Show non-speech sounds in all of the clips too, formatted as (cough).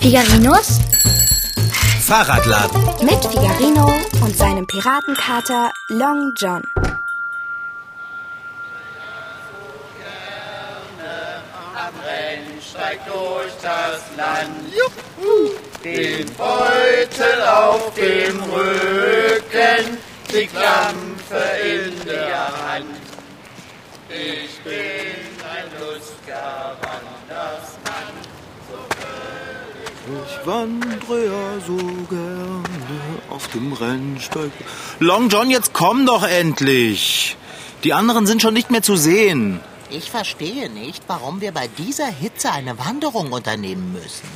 Figarinos Fahrradladen. Mit Figarino und seinem Piratenkater Long John. Steigt durch das Land, Juhu. den Beutel auf dem Rücken, die Klampfe in der Hand. Ich bin ein lustiger Wandersmann, Ich wandere ja so gerne auf dem Rennsteig. Long John, jetzt komm doch endlich. Die anderen sind schon nicht mehr zu sehen. Ich verstehe nicht, warum wir bei dieser Hitze eine Wanderung unternehmen müssen.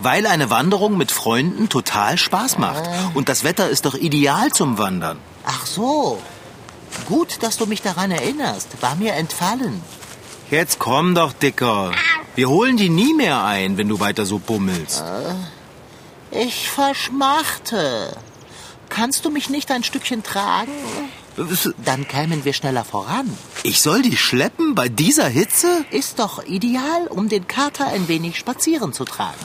Weil eine Wanderung mit Freunden total Spaß macht. Und das Wetter ist doch ideal zum Wandern. Ach so. Gut, dass du mich daran erinnerst. War mir entfallen. Jetzt komm doch, Dicker. Wir holen die nie mehr ein, wenn du weiter so bummelst. Ich verschmachte. Kannst du mich nicht ein Stückchen tragen? Dann kämen wir schneller voran. Äh, Ich soll die schleppen bei dieser Hitze? Ist doch ideal, um den Kater ein wenig spazieren zu tragen.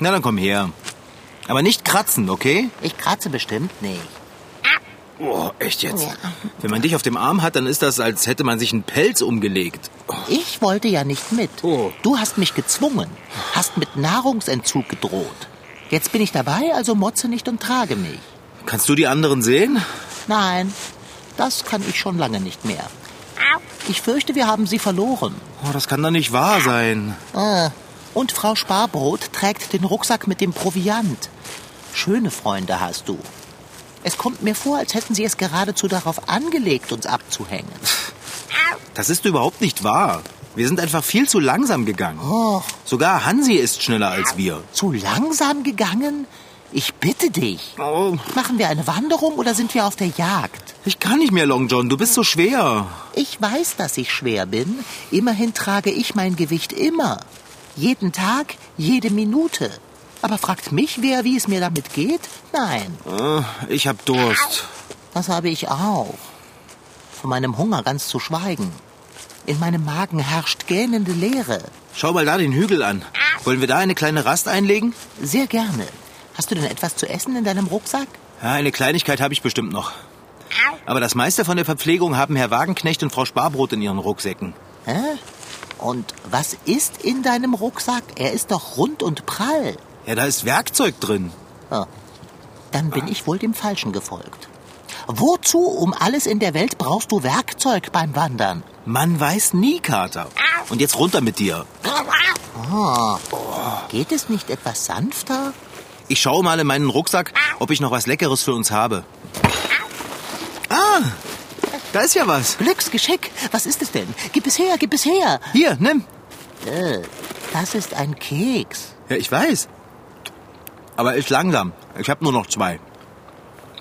Na, dann komm her. Aber nicht kratzen, okay? Ich kratze bestimmt nicht. Oh, echt jetzt? Wenn man dich auf dem Arm hat, dann ist das, als hätte man sich einen Pelz umgelegt. Ich wollte ja nicht mit. Oh. Du hast mich gezwungen, hast mit Nahrungsentzug gedroht. Jetzt bin ich dabei, also motze nicht und trage mich. Kannst du die anderen sehen? Nein, das kann ich schon lange nicht mehr. Ich fürchte, wir haben sie verloren. Oh, das kann doch nicht wahr sein. Ah, Und Frau Sparbrot trägt den Rucksack mit dem Proviant. Schöne Freunde hast du. Es kommt mir vor, als hätten sie es geradezu darauf angelegt, uns abzuhängen. Das ist überhaupt nicht wahr. Wir sind einfach viel zu langsam gegangen. Oh, Sogar Hansi ist schneller als wir. zu langsam gegangen? Ich bitte dich. Oh, Machen wir eine Wanderung oder sind wir auf der Jagd? ich kann nicht mehr, Long John. Du bist so schwer. Ich weiß, dass ich schwer bin. Immerhin trage ich mein Gewicht immer. Jeden Tag, jede Minute. Aber fragt mich wer, wie es mir damit geht? Nein, Äh, Ich hab Durst. das habe ich auch. Von meinem Hunger ganz zu schweigen. In meinem Magen herrscht gähnende Leere. Schau mal da den Hügel an. Wollen wir da eine kleine Rast einlegen? Sehr gerne. Hast du denn etwas zu essen in deinem Rucksack? Ja, eine Kleinigkeit habe ich bestimmt noch. Aber das meiste von der Verpflegung haben Herr Wagenknecht und Frau Sparbrot in ihren Rucksäcken. Hä? Und was ist in deinem Rucksack? Er ist doch rund und prall. Ja, da ist Werkzeug drin. Ah, Dann bin ich wohl dem Falschen gefolgt. Wozu um alles in der Welt brauchst du Werkzeug beim Wandern? Man weiß nie, Kater. Und jetzt runter mit dir. Ah, Geht es nicht etwas sanfter? Ich schaue mal in meinen Rucksack, ob ich noch was Leckeres für uns habe. Ah, da ist ja was. Glücksgeschick, was ist es denn? Gib es her, gib es her. Hier, nimm. Äh, das ist ein Keks. Ja, ich weiß. Aber ist langsam. Ich habe nur noch zwei.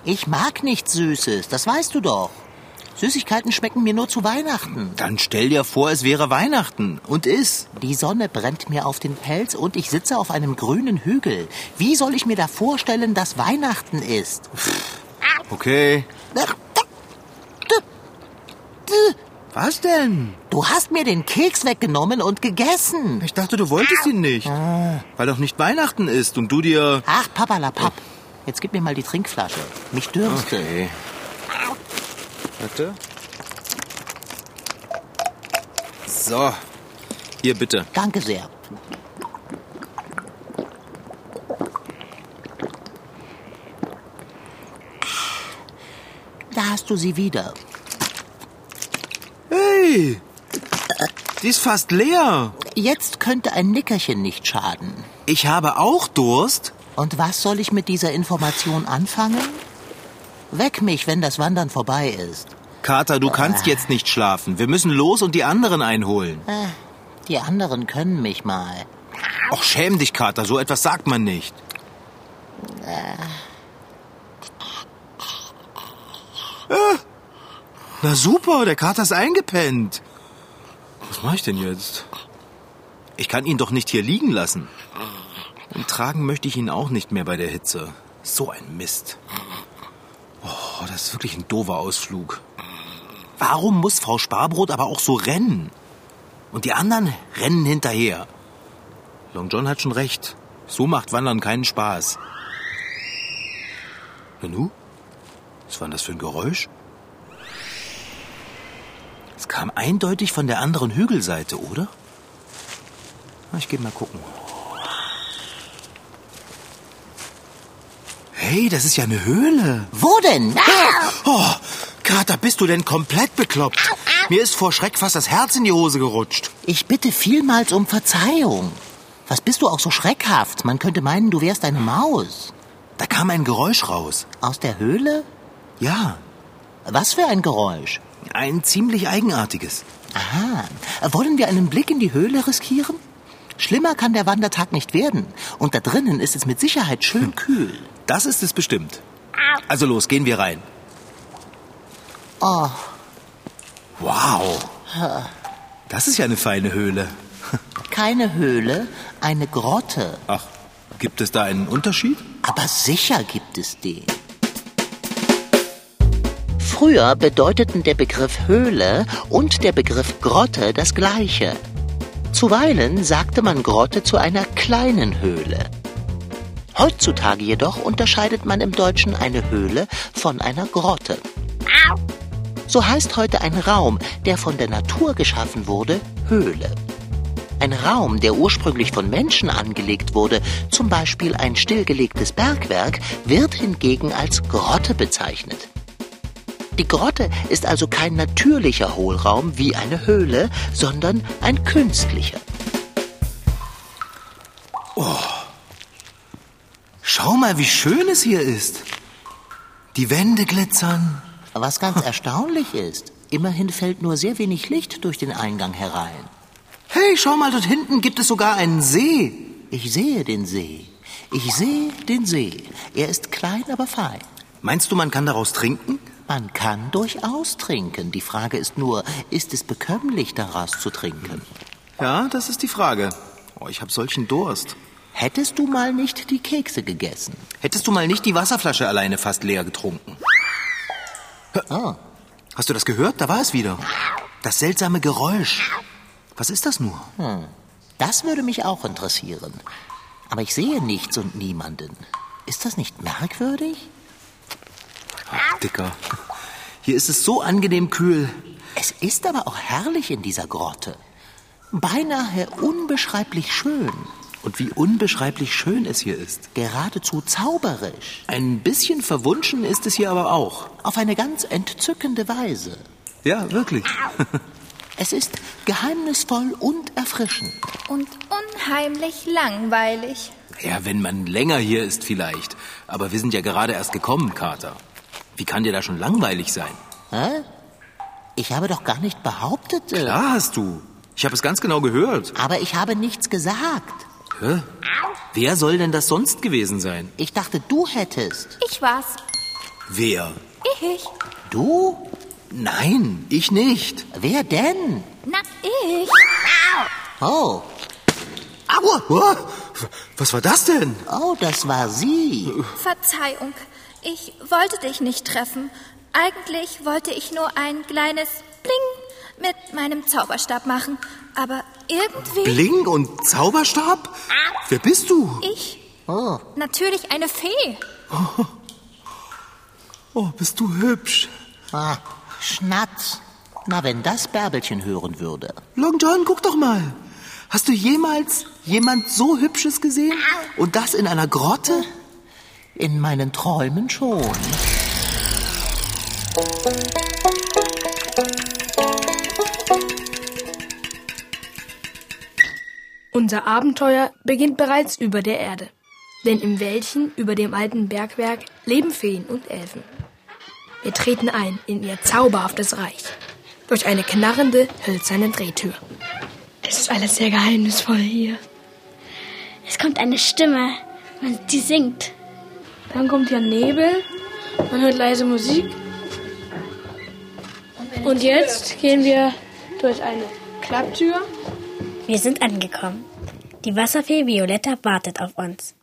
Ich mag nichts Süßes, das weißt du doch. Süßigkeiten schmecken mir nur zu Weihnachten. Dann stell dir vor, es wäre Weihnachten. Und ist. Die Sonne brennt mir auf den Pelz und ich sitze auf einem grünen Hügel. Wie soll ich mir da vorstellen, dass Weihnachten ist? Okay. Was denn? Du hast mir den Keks weggenommen und gegessen. Ich dachte, du wolltest ihn nicht. Weil doch nicht Weihnachten ist und du dir... Ach, papalapap. Jetzt gib mir mal die Trinkflasche. Mich dürste. Okay. Warte. So. Hier bitte. Danke sehr. Da hast du sie wieder. Hey! Die ist fast leer. Jetzt könnte ein Nickerchen nicht schaden. Ich habe auch Durst. Und was soll ich mit dieser Information anfangen? Weck mich, wenn das Wandern vorbei ist. Kater, du kannst jetzt nicht schlafen. Wir müssen los und die anderen einholen. Äh, Die anderen können mich mal. Och, schäm dich, Kater. So etwas sagt man nicht. Äh. Na super, der Kater ist eingepennt. Was mache ich denn jetzt? Ich kann ihn doch nicht hier liegen lassen. Und tragen möchte ich ihn auch nicht mehr bei der Hitze. So ein Mist. Oh, das ist wirklich ein doofer Ausflug. Warum muss Frau Sparbrot aber auch so rennen? Und die anderen rennen hinterher. Long John hat schon recht. So macht Wandern keinen Spaß. Nanu? Was war denn das für ein Geräusch? Es kam eindeutig von der anderen Hügelseite, oder? Na, Ich geh mal gucken. Hey, das ist ja eine Höhle. Wo denn? Ah! Oh, Kater, bist du denn komplett bekloppt? Mir ist vor Schreck fast das Herz in die Hose gerutscht. Ich bitte vielmals um Verzeihung. Was bist du auch so schreckhaft? Man könnte meinen, du wärst eine Maus. Da kam ein Geräusch raus. Aus der Höhle? Ja, Was für ein Geräusch? ein ziemlich eigenartiges. Aha. Wollen wir einen Blick in die Höhle riskieren? Schlimmer kann der Wandertag nicht werden. Und da drinnen ist es mit Sicherheit schön kühl. Das ist es bestimmt. Also los, gehen wir rein. Oh, Wow. Das ist ja eine feine Höhle. keine Höhle, eine Grotte. Ach, gibt es da einen Unterschied? Aber sicher gibt es den. Früher bedeuteten der Begriff Höhle und der Begriff Grotte das gleiche. Zuweilen sagte man Grotte zu einer kleinen Höhle. Heutzutage jedoch unterscheidet man im Deutschen eine Höhle von einer Grotte. So heißt heute ein Raum, der von der Natur geschaffen wurde, Höhle. Ein Raum, der ursprünglich von Menschen angelegt wurde, zum Beispiel ein stillgelegtes Bergwerk, wird hingegen als Grotte bezeichnet. Die Grotte ist also kein natürlicher Hohlraum wie eine Höhle, sondern ein künstlicher. Schau mal, wie schön es hier ist. Die Wände glitzern. Was ganz erstaunlich ist, immerhin fällt nur sehr wenig Licht durch den Eingang herein. Hey, schau mal, dort hinten gibt es sogar einen See. Ich sehe den See. Ich sehe den See. Er ist klein, aber fein. Meinst du, man kann daraus trinken? Man kann durchaus trinken. Die Frage ist nur, ist es bekömmlich, daraus zu trinken? Ja, das ist die Frage. Oh, ich habe solchen Durst. Hättest du mal nicht die Kekse gegessen? Hättest du mal nicht die Wasserflasche alleine fast leer getrunken. Ah, Hast du das gehört? Da war es wieder. Das seltsame Geräusch. Was ist das nur? hm. Das würde mich auch interessieren. Aber ich sehe nichts und niemanden. Ist das nicht merkwürdig? Ach, Dicker. Hier ist es so angenehm kühl. Es ist aber auch herrlich in dieser Grotte. Beinahe unbeschreiblich schön. Und wie unbeschreiblich schön es hier ist. Geradezu zauberisch. Ein bisschen verwunschen ist es hier aber auch. Auf eine ganz entzückende Weise. Ja, wirklich. Es ist geheimnisvoll und erfrischend. Und unheimlich langweilig. Ja, wenn man länger hier ist vielleicht. Aber wir sind ja gerade erst gekommen, Kater. Wie kann dir da schon langweilig sein? Hä? Ich habe doch gar nicht behauptet. äh, Da hast du. Ich habe es ganz genau gehört. Aber ich habe nichts gesagt. Hä? Wer soll denn das sonst gewesen sein? Ich dachte, du hättest. Ich war's. Wer? Ich. Du? Nein, ich nicht. Wer denn? Na, ich. Oh, Aua! Uah! Was war das denn? oh, das war sie. Verzeihung. Ich wollte dich nicht treffen. Eigentlich wollte ich nur ein kleines Bling mit meinem Zauberstab machen. Aber irgendwie. Bling und Zauberstab? Wer bist du? Ich. Oh, Natürlich eine Fee. Oh, bist du hübsch. ah, Schnatz. Na, wenn das Bärbelchen hören würde. Long John, guck doch mal. Hast du jemals jemand so Hübsches gesehen? Und das in einer Grotte? In meinen Träumen schon. Unser Abenteuer beginnt bereits über der Erde. Denn im Wäldchen über dem alten Bergwerk leben Feen und Elfen. Wir treten ein in ihr zauberhaftes Reich. Durch eine knarrende, hölzerne Drehtür. Es ist alles sehr geheimnisvoll hier. Es kommt eine Stimme und die singt. Dann kommt hier Nebel, man hört leise Musik. Und jetzt gehen wir durch eine Klapptür. Wir sind angekommen. Die Wasserfee Violetta wartet auf uns.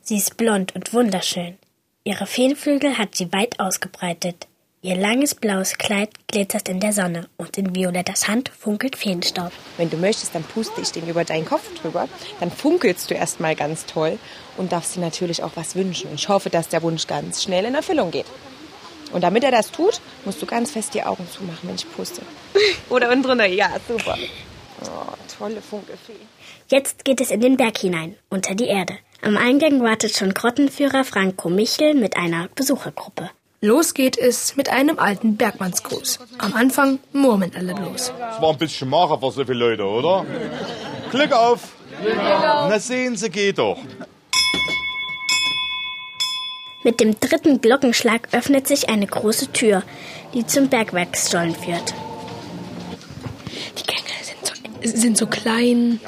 Sie ist blond und wunderschön. Ihre Feenflügel hat sie weit ausgebreitet. Ihr langes blaues Kleid glitzert in der Sonne und in Violettas Hand funkelt Feenstaub. Wenn du möchtest, dann puste ich den über deinen Kopf drüber. Dann funkelst du erstmal ganz toll und darfst dir natürlich auch was wünschen. Und ich hoffe, dass der Wunsch ganz schnell in Erfüllung geht. Und damit er das tut, musst du ganz fest die Augen zumachen, wenn ich puste. Oder unten drunter. Ja, super. Oh, tolle Funkelfee. Jetzt geht es in den Berg hinein, unter die Erde. Am Eingang wartet schon Grottenführer Franco Michel mit einer Besuchergruppe. Los geht es mit einem alten Bergmannsgruß. Am Anfang murmeln alle bloß. Das war ein bisschen macher für so viele Leute, oder? Glück auf! Na sehen Sie, geht doch. Mit dem dritten Glockenschlag öffnet sich eine große Tür, die zum Bergwerksstollen führt. Die Gänge sind so, sind so klein,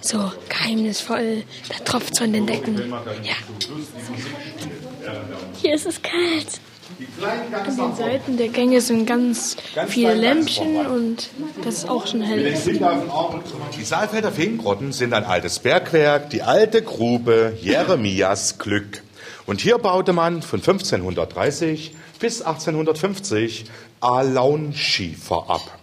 so geheimnisvoll. Da tropft von den Decken. Ja. Hier ist es kalt. An den Seiten der Gänge sind ganz viele Lämpchen und das ist auch schon hell. Die Saalfelder Feengrotten sind ein altes Bergwerk, die alte Grube Jeremias Glück. Und hier baute man von 1530 bis 1850 Alaunschiefer ab.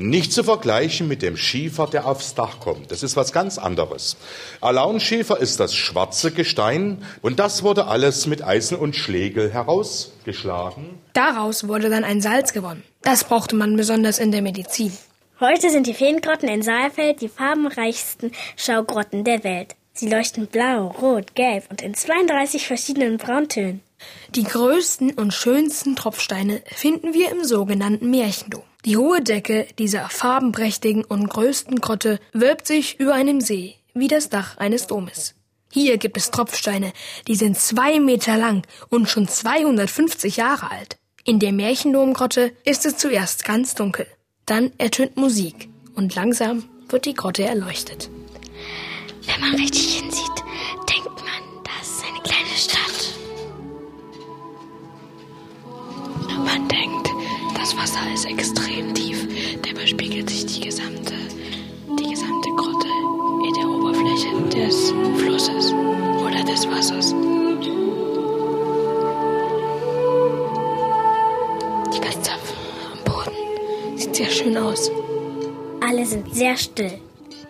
Nicht zu vergleichen mit dem Schiefer, der aufs Dach kommt. Das ist was ganz anderes. Alaunschiefer ist das schwarze Gestein und das wurde alles mit Eisen und Schlägel herausgeschlagen. Daraus wurde dann ein Salz gewonnen. Das brauchte man besonders in der Medizin. Heute sind die Feengrotten in Saalfeld die farbenreichsten Schaugrotten der Welt. Sie leuchten blau, rot, gelb und in 32 verschiedenen Brauntönen. Die größten und schönsten Tropfsteine finden wir im sogenannten Märchendom. Die hohe Decke dieser farbenprächtigen und größten Grotte wölbt sich über einem See wie das Dach eines Domes. Hier gibt es Tropfsteine, die sind zwei Meter lang und schon 250 Jahre alt. In der Märchendomgrotte ist es zuerst ganz dunkel. Dann ertönt Musik und langsam wird die Grotte erleuchtet. Wenn man richtig hinsieht, denkt man, das ist eine kleine Stadt. Und man denkt, das Wasser ist extrem tief. Dabei spiegelt sich die gesamte, die gesamte Grotte in der Oberfläche des Flusses oder des Wassers. Die Wasserpfeife am Boden sieht sehr schön aus. Alle sind sehr still.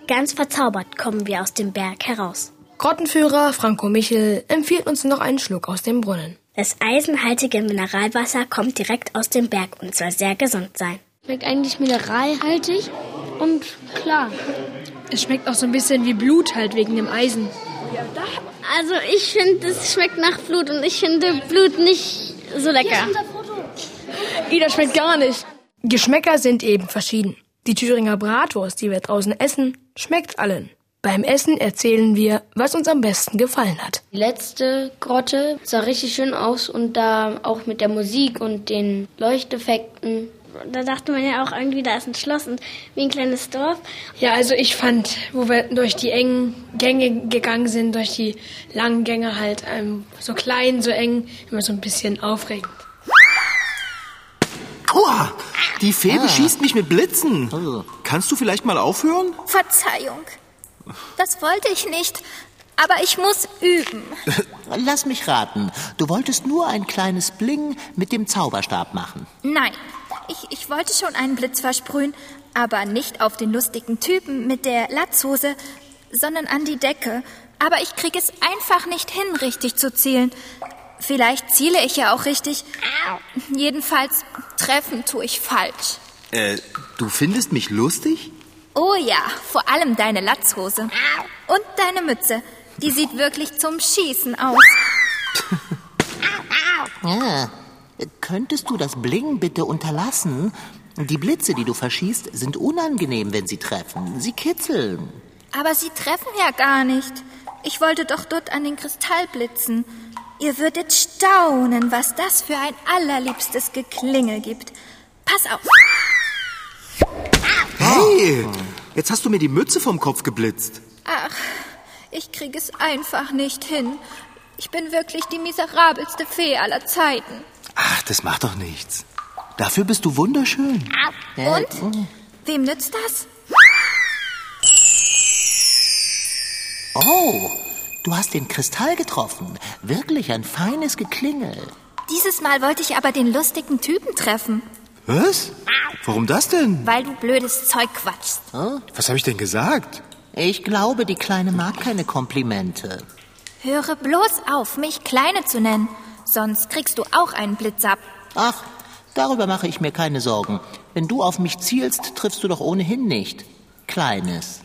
Ganz verzaubert kommen wir aus dem Berg heraus. Grottenführer Franco Michel empfiehlt uns noch einen Schluck aus dem Brunnen. Das eisenhaltige Mineralwasser kommt direkt aus dem Berg und soll sehr gesund sein. Schmeckt eigentlich mineralhaltig und klar. Es schmeckt auch so ein bisschen wie Blut halt wegen dem Eisen. Also ich finde, es schmeckt nach Blut und ich finde Blut nicht so lecker. Ih, das schmeckt gar nicht. Geschmäcker sind eben verschieden. Die Thüringer Bratwurst, die wir draußen essen, schmeckt allen. Beim Essen erzählen wir, was uns am besten gefallen hat. Die letzte Grotte sah richtig schön aus und da auch mit der Musik und den Leuchteffekten. Da dachte man ja auch irgendwie, da ist ein Schloss und wie ein kleines Dorf. Ja, also ich fand, wo wir durch die engen Gänge gegangen sind, durch die langen Gänge halt ähm, so klein, so eng, immer so ein bisschen aufregend. Aua! Die Fee beschießt mich mit Blitzen. Kannst du vielleicht mal aufhören? Verzeihung. Das wollte ich nicht, aber ich muss üben. Lass mich raten, du wolltest nur ein kleines Bling mit dem Zauberstab machen. Nein, ich, ich wollte schon einen Blitz versprühen, aber nicht auf den lustigen Typen mit der Latzhose, sondern an die Decke. Aber ich krieg es einfach nicht hin, richtig zu zielen. Vielleicht ziele ich ja auch richtig. Jedenfalls treffen tue ich falsch. Äh, du findest mich lustig? Oh ja, vor allem deine Latzhose. Und deine Mütze. Die sieht wirklich zum Schießen aus. Ja. Äh, Könntest du das Bling bitte unterlassen? Die Blitze, die du verschießt, sind unangenehm, wenn sie treffen. Sie kitzeln. Aber sie treffen ja gar nicht. Ich wollte doch dort an den Kristall blitzen. Ihr würdet staunen, was das für ein allerliebstes Geklingel gibt. Pass auf. Hey, jetzt hast du mir die Mütze vom Kopf geblitzt. Ach, ich krieg es einfach nicht hin. Ich bin wirklich die miserabelste Fee aller Zeiten. Ach, das macht doch nichts. Dafür bist du wunderschön. Und? Wem nützt das? Oh, du hast den Kristall getroffen. Wirklich ein feines Geklingel. Dieses Mal wollte ich aber den lustigen Typen treffen, Was? Warum das denn? weil du blödes Zeug quatschst. Was habe ich denn gesagt? Hm? Ich glaube, die Kleine mag keine Komplimente. Höre bloß auf, mich Kleine zu nennen, sonst kriegst du auch einen Blitz ab. Ach, darüber mache ich mir keine Sorgen. Wenn du auf mich zielst, triffst du doch ohnehin nicht. Kleines.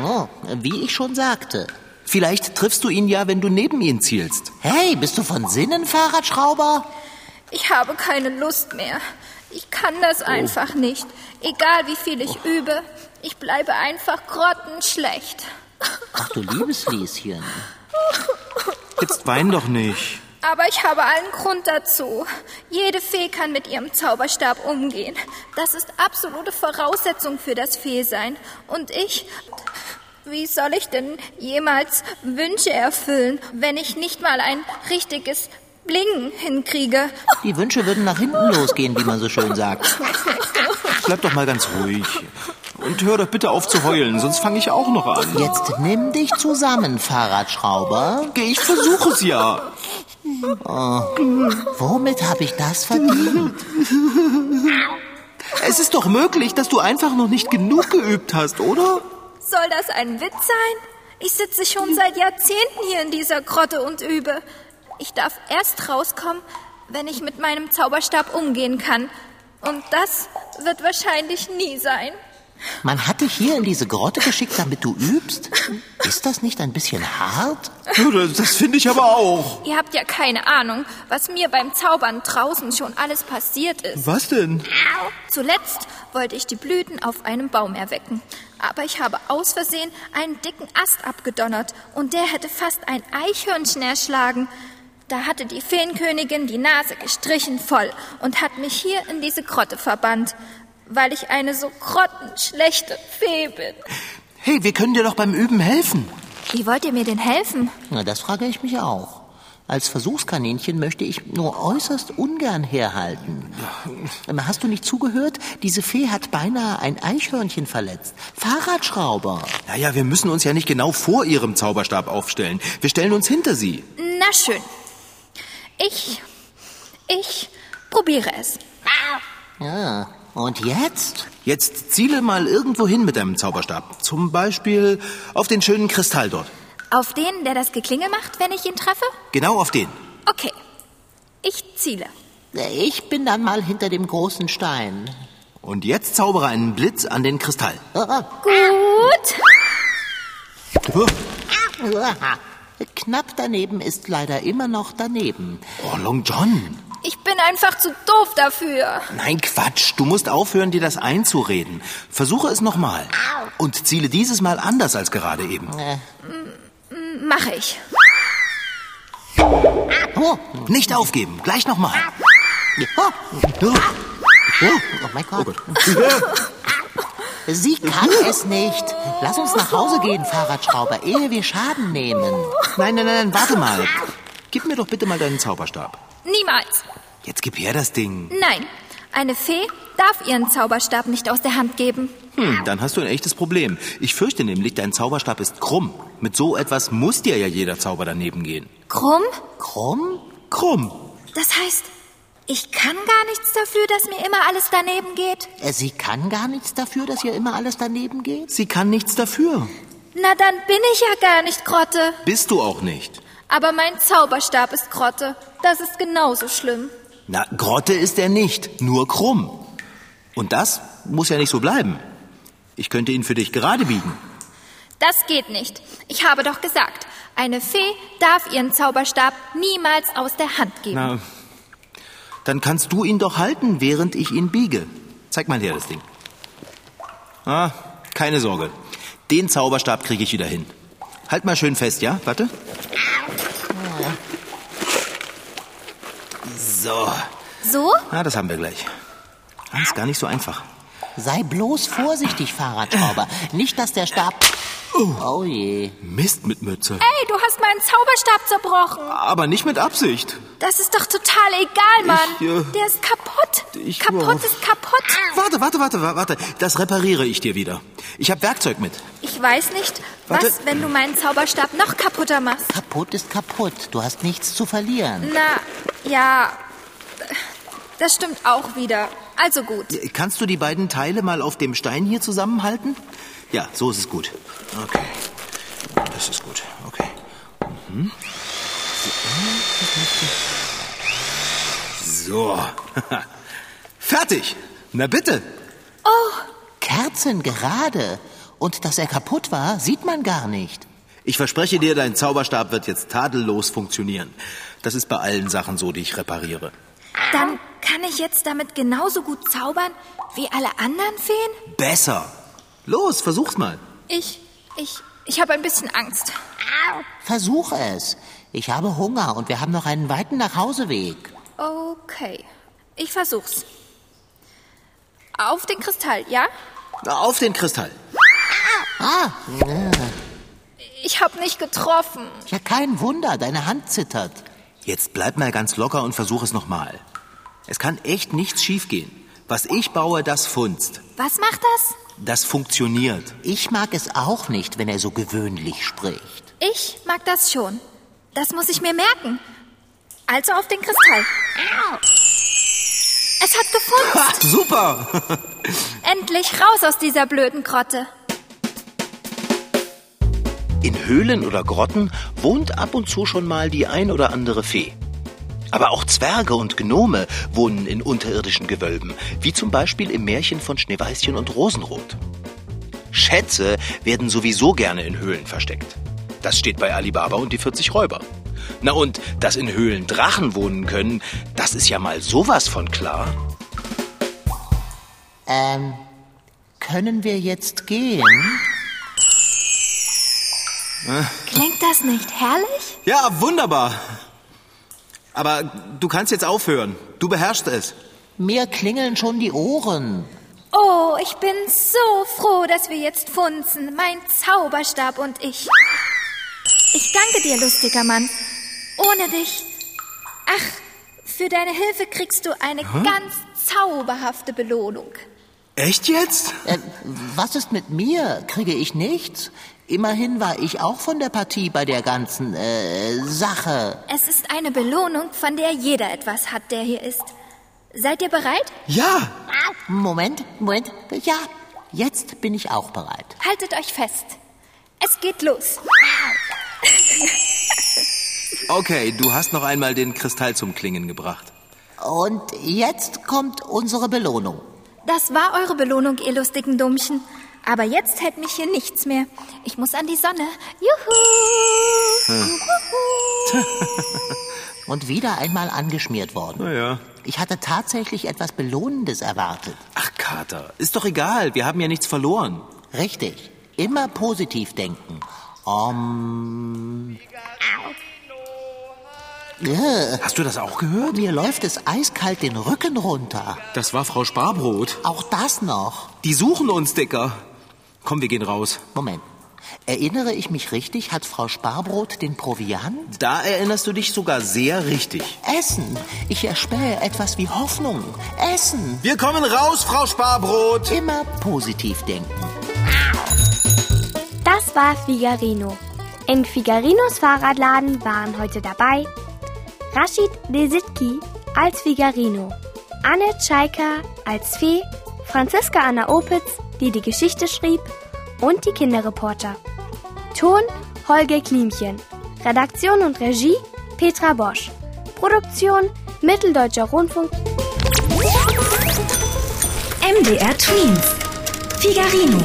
Oh, wie ich schon sagte. Vielleicht triffst du ihn ja, wenn du neben ihn zielst. Hey, bist du von Sinnen, Fahrradschrauber? Ich habe keine Lust mehr. Ich kann das einfach nicht. Egal wie viel ich übe, ich bleibe einfach grottenschlecht. Ach du liebes Lieschen. Jetzt wein doch nicht. Aber ich habe allen Grund dazu. Jede Fee kann mit ihrem Zauberstab umgehen. Das ist absolute Voraussetzung für das Feesein. Und ich, wie soll ich denn jemals Wünsche erfüllen, wenn ich nicht mal ein richtiges Bling hinkriege? Die Wünsche würden nach hinten losgehen, wie man so schön sagt. Bleib doch mal ganz ruhig. Und hör doch bitte auf zu heulen, sonst fange ich auch noch an. Jetzt nimm dich zusammen, Fahrradschrauber. Ich versuche es ja. Oh, womit habe ich das verdient? Es ist doch möglich, dass du einfach noch nicht genug geübt hast, oder? Soll das ein Witz sein? Ich sitze schon seit Jahrzehnten hier in dieser Grotte und übe. Ich darf erst rauskommen, wenn ich mit meinem Zauberstab umgehen kann. Und das wird wahrscheinlich nie sein. Man hat dich hier in diese Grotte geschickt, damit du übst? Ist das nicht ein bisschen hart? Ja, Das das finde ich aber auch. Ihr habt ja keine Ahnung, was mir beim Zaubern draußen schon alles passiert ist. Was denn? Zuletzt wollte ich die Blüten auf einem Baum erwecken. Aber ich habe aus Versehen einen dicken Ast abgedonnert und der hätte fast ein Eichhörnchen erschlagen. Da hatte die Feenkönigin die Nase gestrichen voll und hat mich hier in diese Grotte verbannt, weil ich eine so grottenschlechte Fee bin. Hey, wir können dir doch beim Üben helfen. Wie wollt ihr mir denn helfen? Na, das frage ich mich auch. Als Versuchskaninchen möchte ich nur äußerst ungern herhalten. Aber Hast du nicht zugehört? Diese Fee hat beinahe ein Eichhörnchen verletzt. Fahrradschrauber. Naja, wir müssen uns ja nicht genau vor ihrem Zauberstab aufstellen. Wir stellen uns hinter sie. Na schön. Ich, ich probiere es. Ja. Und jetzt? Jetzt ziele mal irgendwo hin mit deinem Zauberstab. Zum Beispiel auf den schönen Kristall dort. Auf den, der das Geklingel macht, wenn ich ihn treffe? Genau auf den. Okay. Ich ziele. Ich bin dann mal hinter dem großen Stein. (laughs) Und jetzt zaubere einen Blitz an den Kristall. Gut. Knapp daneben ist leider immer noch daneben. Oh, Long John. Ich bin einfach zu doof dafür. Nein, Quatsch. Du musst aufhören, dir das einzureden. Versuche es nochmal. Und ziele dieses Mal anders als gerade eben. Mache ich. Oh, Nicht aufgeben. Gleich nochmal. oh, oh, oh mein Gott. (laughs) Sie kann es nicht. Lass uns nach Hause gehen, Fahrradschrauber, ehe wir Schaden nehmen. Nein, nein, nein, warte mal. Also, Gib mir doch bitte mal deinen Zauberstab. Niemals. Jetzt gib her das Ding. Nein. Eine Fee darf ihren Zauberstab nicht aus der Hand geben. Hm, dann hast du ein echtes Problem. Ich fürchte nämlich, dein Zauberstab ist krumm. Mit so etwas muss dir ja jeder Zauber daneben gehen. Krumm? Krumm? Krumm. Das heißt, ich kann gar nichts dafür, dass mir immer alles daneben geht? Äh, Sie kann gar nichts dafür, dass ihr immer alles daneben geht? Sie kann nichts dafür. Na, dann bin ich ja gar nicht Grotte. Bist du auch nicht. Aber mein Zauberstab ist Grotte. Das ist genauso schlimm. Na, Grotte ist er nicht, nur krumm. Und das muss ja nicht so bleiben. Ich könnte ihn für dich gerade biegen. Das geht nicht. Ich habe doch gesagt, eine Fee darf ihren Zauberstab niemals aus der Hand geben. Na, dann kannst du ihn doch halten, während ich ihn biege. Zeig mal her das Ding. Ah, keine Sorge. Den Zauberstab kriege ich wieder hin. Halt mal schön fest, ja? Warte. So, So? na, das haben wir gleich. Ah, Ist gar nicht so einfach. Sei bloß vorsichtig, Fahrradschrauber. Nicht, dass der Stab... Oh je. Mist mit Mütze. Ey, du hast fast meinen Zauberstab zerbrochen. Aber nicht mit Absicht. Das ist doch total egal, Mann. Ich, äh, Der ist kaputt. ich- kaputt oh. ist kaputt. Warte, warte, warte, wa- warte. Das repariere ich dir wieder. Ich habe Werkzeug mit. Ich weiß nicht, Warte. was, wenn du meinen Zauberstab noch kaputter machst. Kaputt ist kaputt. Du hast nichts zu verlieren. Na, ja, das stimmt auch wieder. Also gut. Äh, Kannst du die beiden Teile mal auf dem Stein hier zusammenhalten? Ja, so ist es gut. Okay. Das ist gut. Okay. Mhm. So. (laughs) Fertig. Na bitte. Oh! Kerzen gerade. Und dass er kaputt war, sieht man gar nicht. Ich verspreche dir, dein Zauberstab wird jetzt tadellos funktionieren. Das ist bei allen Sachen so, die ich repariere. Dann kann ich jetzt damit genauso gut zaubern wie alle anderen Feen? Besser. Los, versuch's mal. Ich, ich, ich habe ein bisschen Angst. Versuch es. Ich habe Hunger und wir haben noch einen weiten Nachhauseweg. Okay, ich versuch's. Auf den Kristall, ja? Na, Auf den Kristall. Ah! Ja. Ich hab nicht getroffen. ja, kein Wunder, deine Hand zittert. Jetzt bleib mal ganz locker und versuch es nochmal. Es kann echt nichts schiefgehen. Was ich baue, das funzt. Was macht das? Das funktioniert. Ich mag es auch nicht, wenn er so gewöhnlich spricht. Ich mag das schon. Das muss ich mir merken. Also auf den Kristall. Es hat gefunzt. Super! Endlich raus aus dieser blöden Grotte. In Höhlen oder Grotten wohnt ab und zu schon mal die ein oder andere Fee. Aber auch Zwerge und Gnome wohnen in unterirdischen Gewölben, wie zum Beispiel im Märchen von Schneeweißchen und Rosenrot. Schätze werden sowieso gerne in Höhlen versteckt. Das steht bei Alibaba und die 40 Räuber. Na und, dass in Höhlen Drachen wohnen können, das ist ja mal sowas von klar. Ähm, können wir jetzt gehen? Klingt das nicht herrlich? Ja, wunderbar. Aber du kannst jetzt aufhören. Du beherrschst es. Mir klingeln schon die Ohren. Oh, ich bin so froh, dass wir jetzt funzen. Mein Zauberstab und ich. Ich danke dir, lustiger Mann. Ohne dich. Ach, für deine Hilfe kriegst du eine Hä? ganz zauberhafte Belohnung. Echt jetzt? Äh, was ist mit mir? Kriege ich nichts? Immerhin war ich auch von der Partie bei der ganzen äh, Sache. Es ist eine Belohnung, von der jeder etwas hat, der hier ist. Seid ihr bereit? Ja. Moment, Moment. Ja, jetzt bin ich auch bereit. Haltet euch fest. Es geht los. Okay, du hast noch einmal den Kristall zum Klingen gebracht. Und jetzt kommt unsere Belohnung. Das war eure Belohnung, ihr lustigen Dummchen. Aber jetzt hält mich hier nichts mehr. Ich muss an die Sonne. Juhu! Und wieder einmal angeschmiert worden. Naja. Ich hatte tatsächlich etwas Belohnendes erwartet. Ach, Kater, ist doch egal. Wir haben ja nichts verloren. Richtig. Immer positiv denken. Um. Hast du das auch gehört? Mir läuft es eiskalt den Rücken runter. Das war Frau Sparbrot. Auch das noch. Die suchen uns, Dicker. Komm, wir gehen raus. Moment. Erinnere ich mich richtig, hat Frau Sparbrot den Proviant? Da erinnerst du dich sogar sehr richtig. Essen. Ich erspähe etwas wie Hoffnung. Essen. Wir kommen raus, Frau Sparbrot. Immer positiv denken. Das war Figarino. In Figarinos Fahrradladen waren heute dabei Rashid Desitki als Figarino, Anne Tschaika als Fee, Franziska Anna Opitz, die die Geschichte schrieb, und die Kinderreporter. Ton Holger Klimchen. Redaktion und Regie Petra Bosch. Produktion Mitteldeutscher Rundfunk. MDR Twins. Figarino.